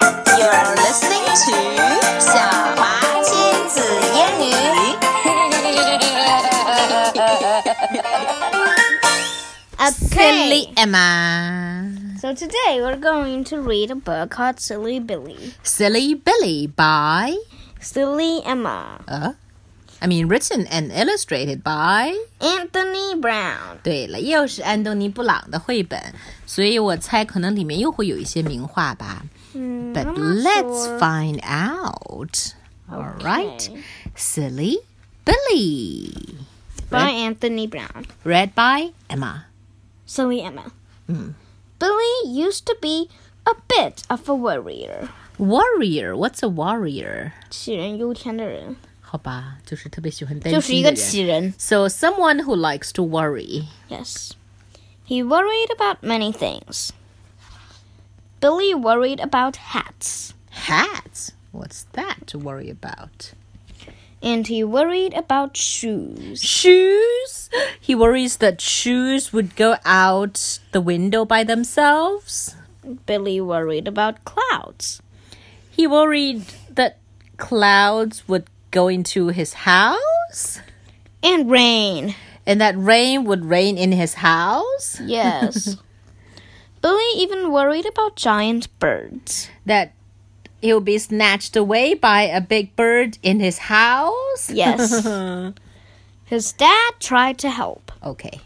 You're listening to 小华亲子英语。 Silly Emma. So today we're going to read a book called Silly Billy. Silly Billy by. Silly Emma. Uh, I mean, written and illustrated by. Anthony Brown. 对了，又是安东尼·布朗的绘本，所以我猜可能里面又会有一些名画吧。But let's find out. All right, Silly Billy, By Anthony Brown. read by Emma. Silly Emma. Mm. Billy used to be a bit of a worrier. Warrior, what's a warrior? 杞人忧天的人。好吧，就是特别喜欢担心的人。就是一个杞人。 So someone who likes to worry. Yes. He worried about many things. Billy worried about hats. Hats. What's that to worry about? And he worried about shoes. Shoes. He worries that shoes would go out the window by themselves. Billy worried about clouds. He worried that clouds would go into his house And rain. and that rain would rain in his house. Yes. Billy even worried about giant birds. That he'll be snatched away by a big bird in his house. Yes. His dad tried to help. okay.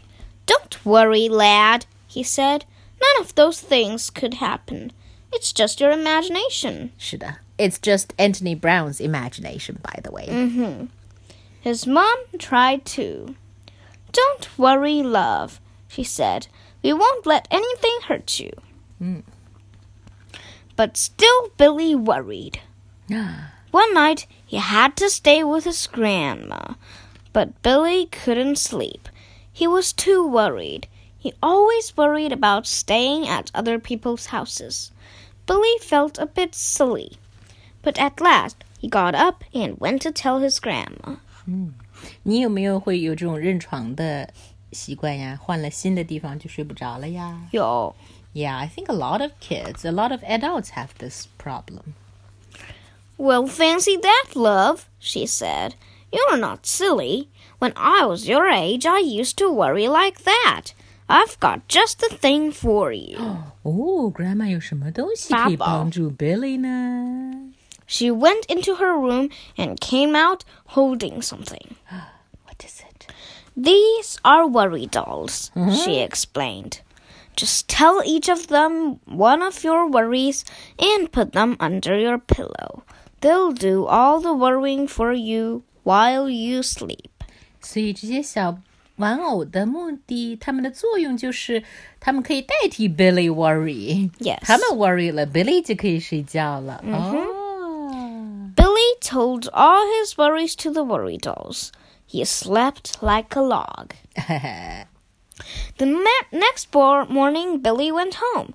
Don't worry, lad, he said. None of those things could happen. It's just your imagination. 是的. It's just Anthony Brown's imagination, by the way. His mom tried too. Don't worry, love, she said. We won't let anything hurt you. But still, Billy worried. One night, he had to stay with his grandma, but Billy couldn't sleep. He was too worried. He always worried about staying at other people's houses. Billy felt a bit silly, but at last he got up and went to tell his grandma. 你有没有会有这种认床的习惯呀？换了新的地方就睡不着了呀有？Yeah, I think a lot of kids, a lot of adults have this problem. Well, fancy that, love, she said. You're not silly. When I was your age, I used to worry like that. I've got just the thing for you. 哦、g r a n d m a 有什么东西法可宝以帮助 Billy 呢 she went into her room and came out holding something. ？What is it? These are worry dolls, she explained. Just tell each of them one of your worries and put them under your pillow. They'll do all the worrying for you while you sleep. 所以这些小玩偶的目的，它们的作用就是，它们可以代替 Billy worry。 Yes 嗯他们 worry 了，Billy 就可以睡觉了。Oh 哦 Billy told all his worries to the worry dolls. He slept like a log. The ma- next bor- morning, Billy went home.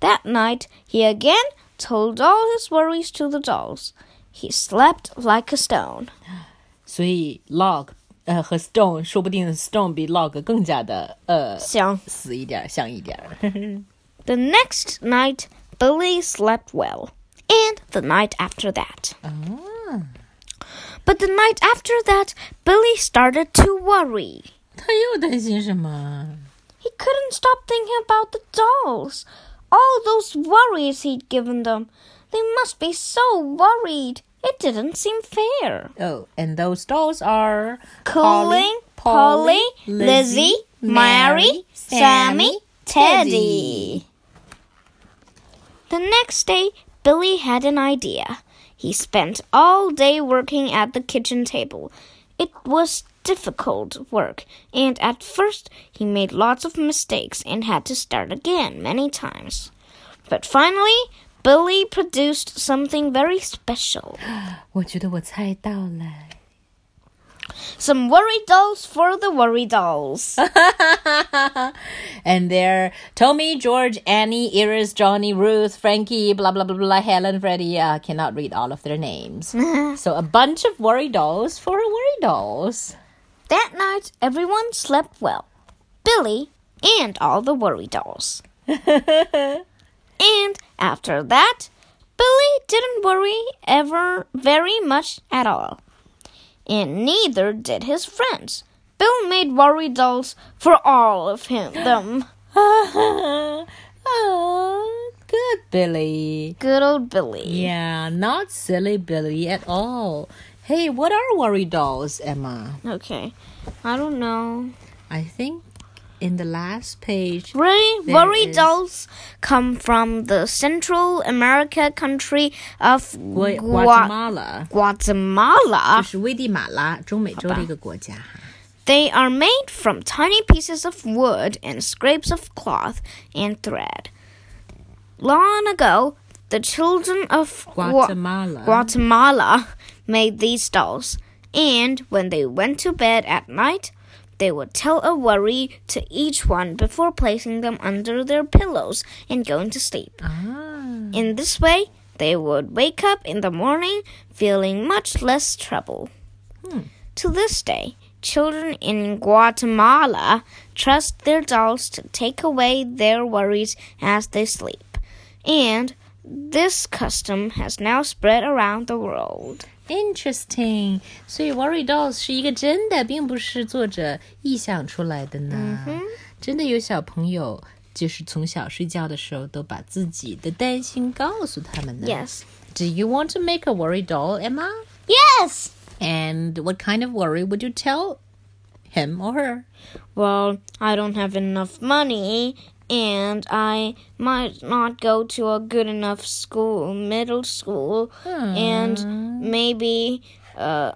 That night, he again told all his worries to the dolls. He slept like a stone. 所以 log 呃和 stone 说不定 stone 比 log 更加的呃 So, 死一点儿，像一点儿。 the next night, Billy slept well. And the night after that. 啊， But the night after that, Billy started to worry. 他又担心什么？ He couldn't stop thinking about the dolls. All those worries he'd given them. They must be so worried. It didn't seem fair. Oh, and those dolls are Colin, Polly, Lizzie, Mary, Sammy, Teddy. The next day, Billy had an idea. He spent all day working at the kitchen table. It was difficult work, and at first, he made lots of mistakes and had to start again many times. But finally, Billy produced something very special 我觉得我猜到了。 some worry dolls for the worry dolls. and they're Tommy, George, Annie, Iris, Johnny, Ruth, Frankie, blah blah blah blah, Helen, Freddie. I cannot read all of their names. so a bunch of worry dolls for worry dolls. That night, everyone slept well. Billy and all the worry dolls. and after that, Billy didn't worry ever very much at all. And neither did his friends. Bill made worry dolls for all of him, them. oh, good Billy. Good old Billy. Yeah, not silly Billy at all. Hey, what are worry dolls, Emma? Okay. I don't know. I think in the last page. Really, There worry is- dolls come from the Central America country of Gua- Gua- Guatemala，就 Guatemala. 是危地马拉，中美洲的一个国家哈。 They are made from tiny pieces of wood and scraps of cloth and thread. Long ago, the children of Gua- Guatemala. Guatemala made these dolls, and when they went to bed at night, they would tell a worry to each one before placing them under their pillows and going to sleep. 啊 In this way, they would wake up in the morning feeling much less trouble. To this day, children in Guatemala trust their dolls to take away their worries as they sleep. And this custom has now spread around the world. ，interesting。所以 worry dolls 是一个真的，并不是作者臆想出来的呢。真的有小朋友就是从小睡觉的时候都把自己的担心告诉他们呢。 Yes. Do you want to make a worry doll, Emma? Yes! And what kind of worry would you tell him or her? Well, I don't have enough money, and I might not go to a good enough school, middle school, and maybe, uh,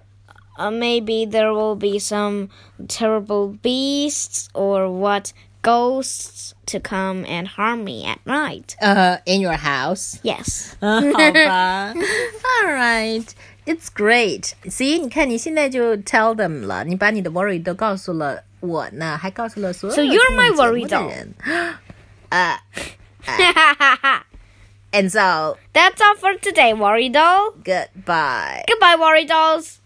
uh, maybe there will be some terrible beasts or what ghosts to come and harm me at night. Uh, in your house. Yes. 好吧。All right, it's great. See, 你看你现在就 tell them 了，你把你的 worry 都告诉了我呢，还告诉了所有 So you're my worry doll. That's And so all for today, Worry Doll. goodbye. Goodbye, Worry Dolls.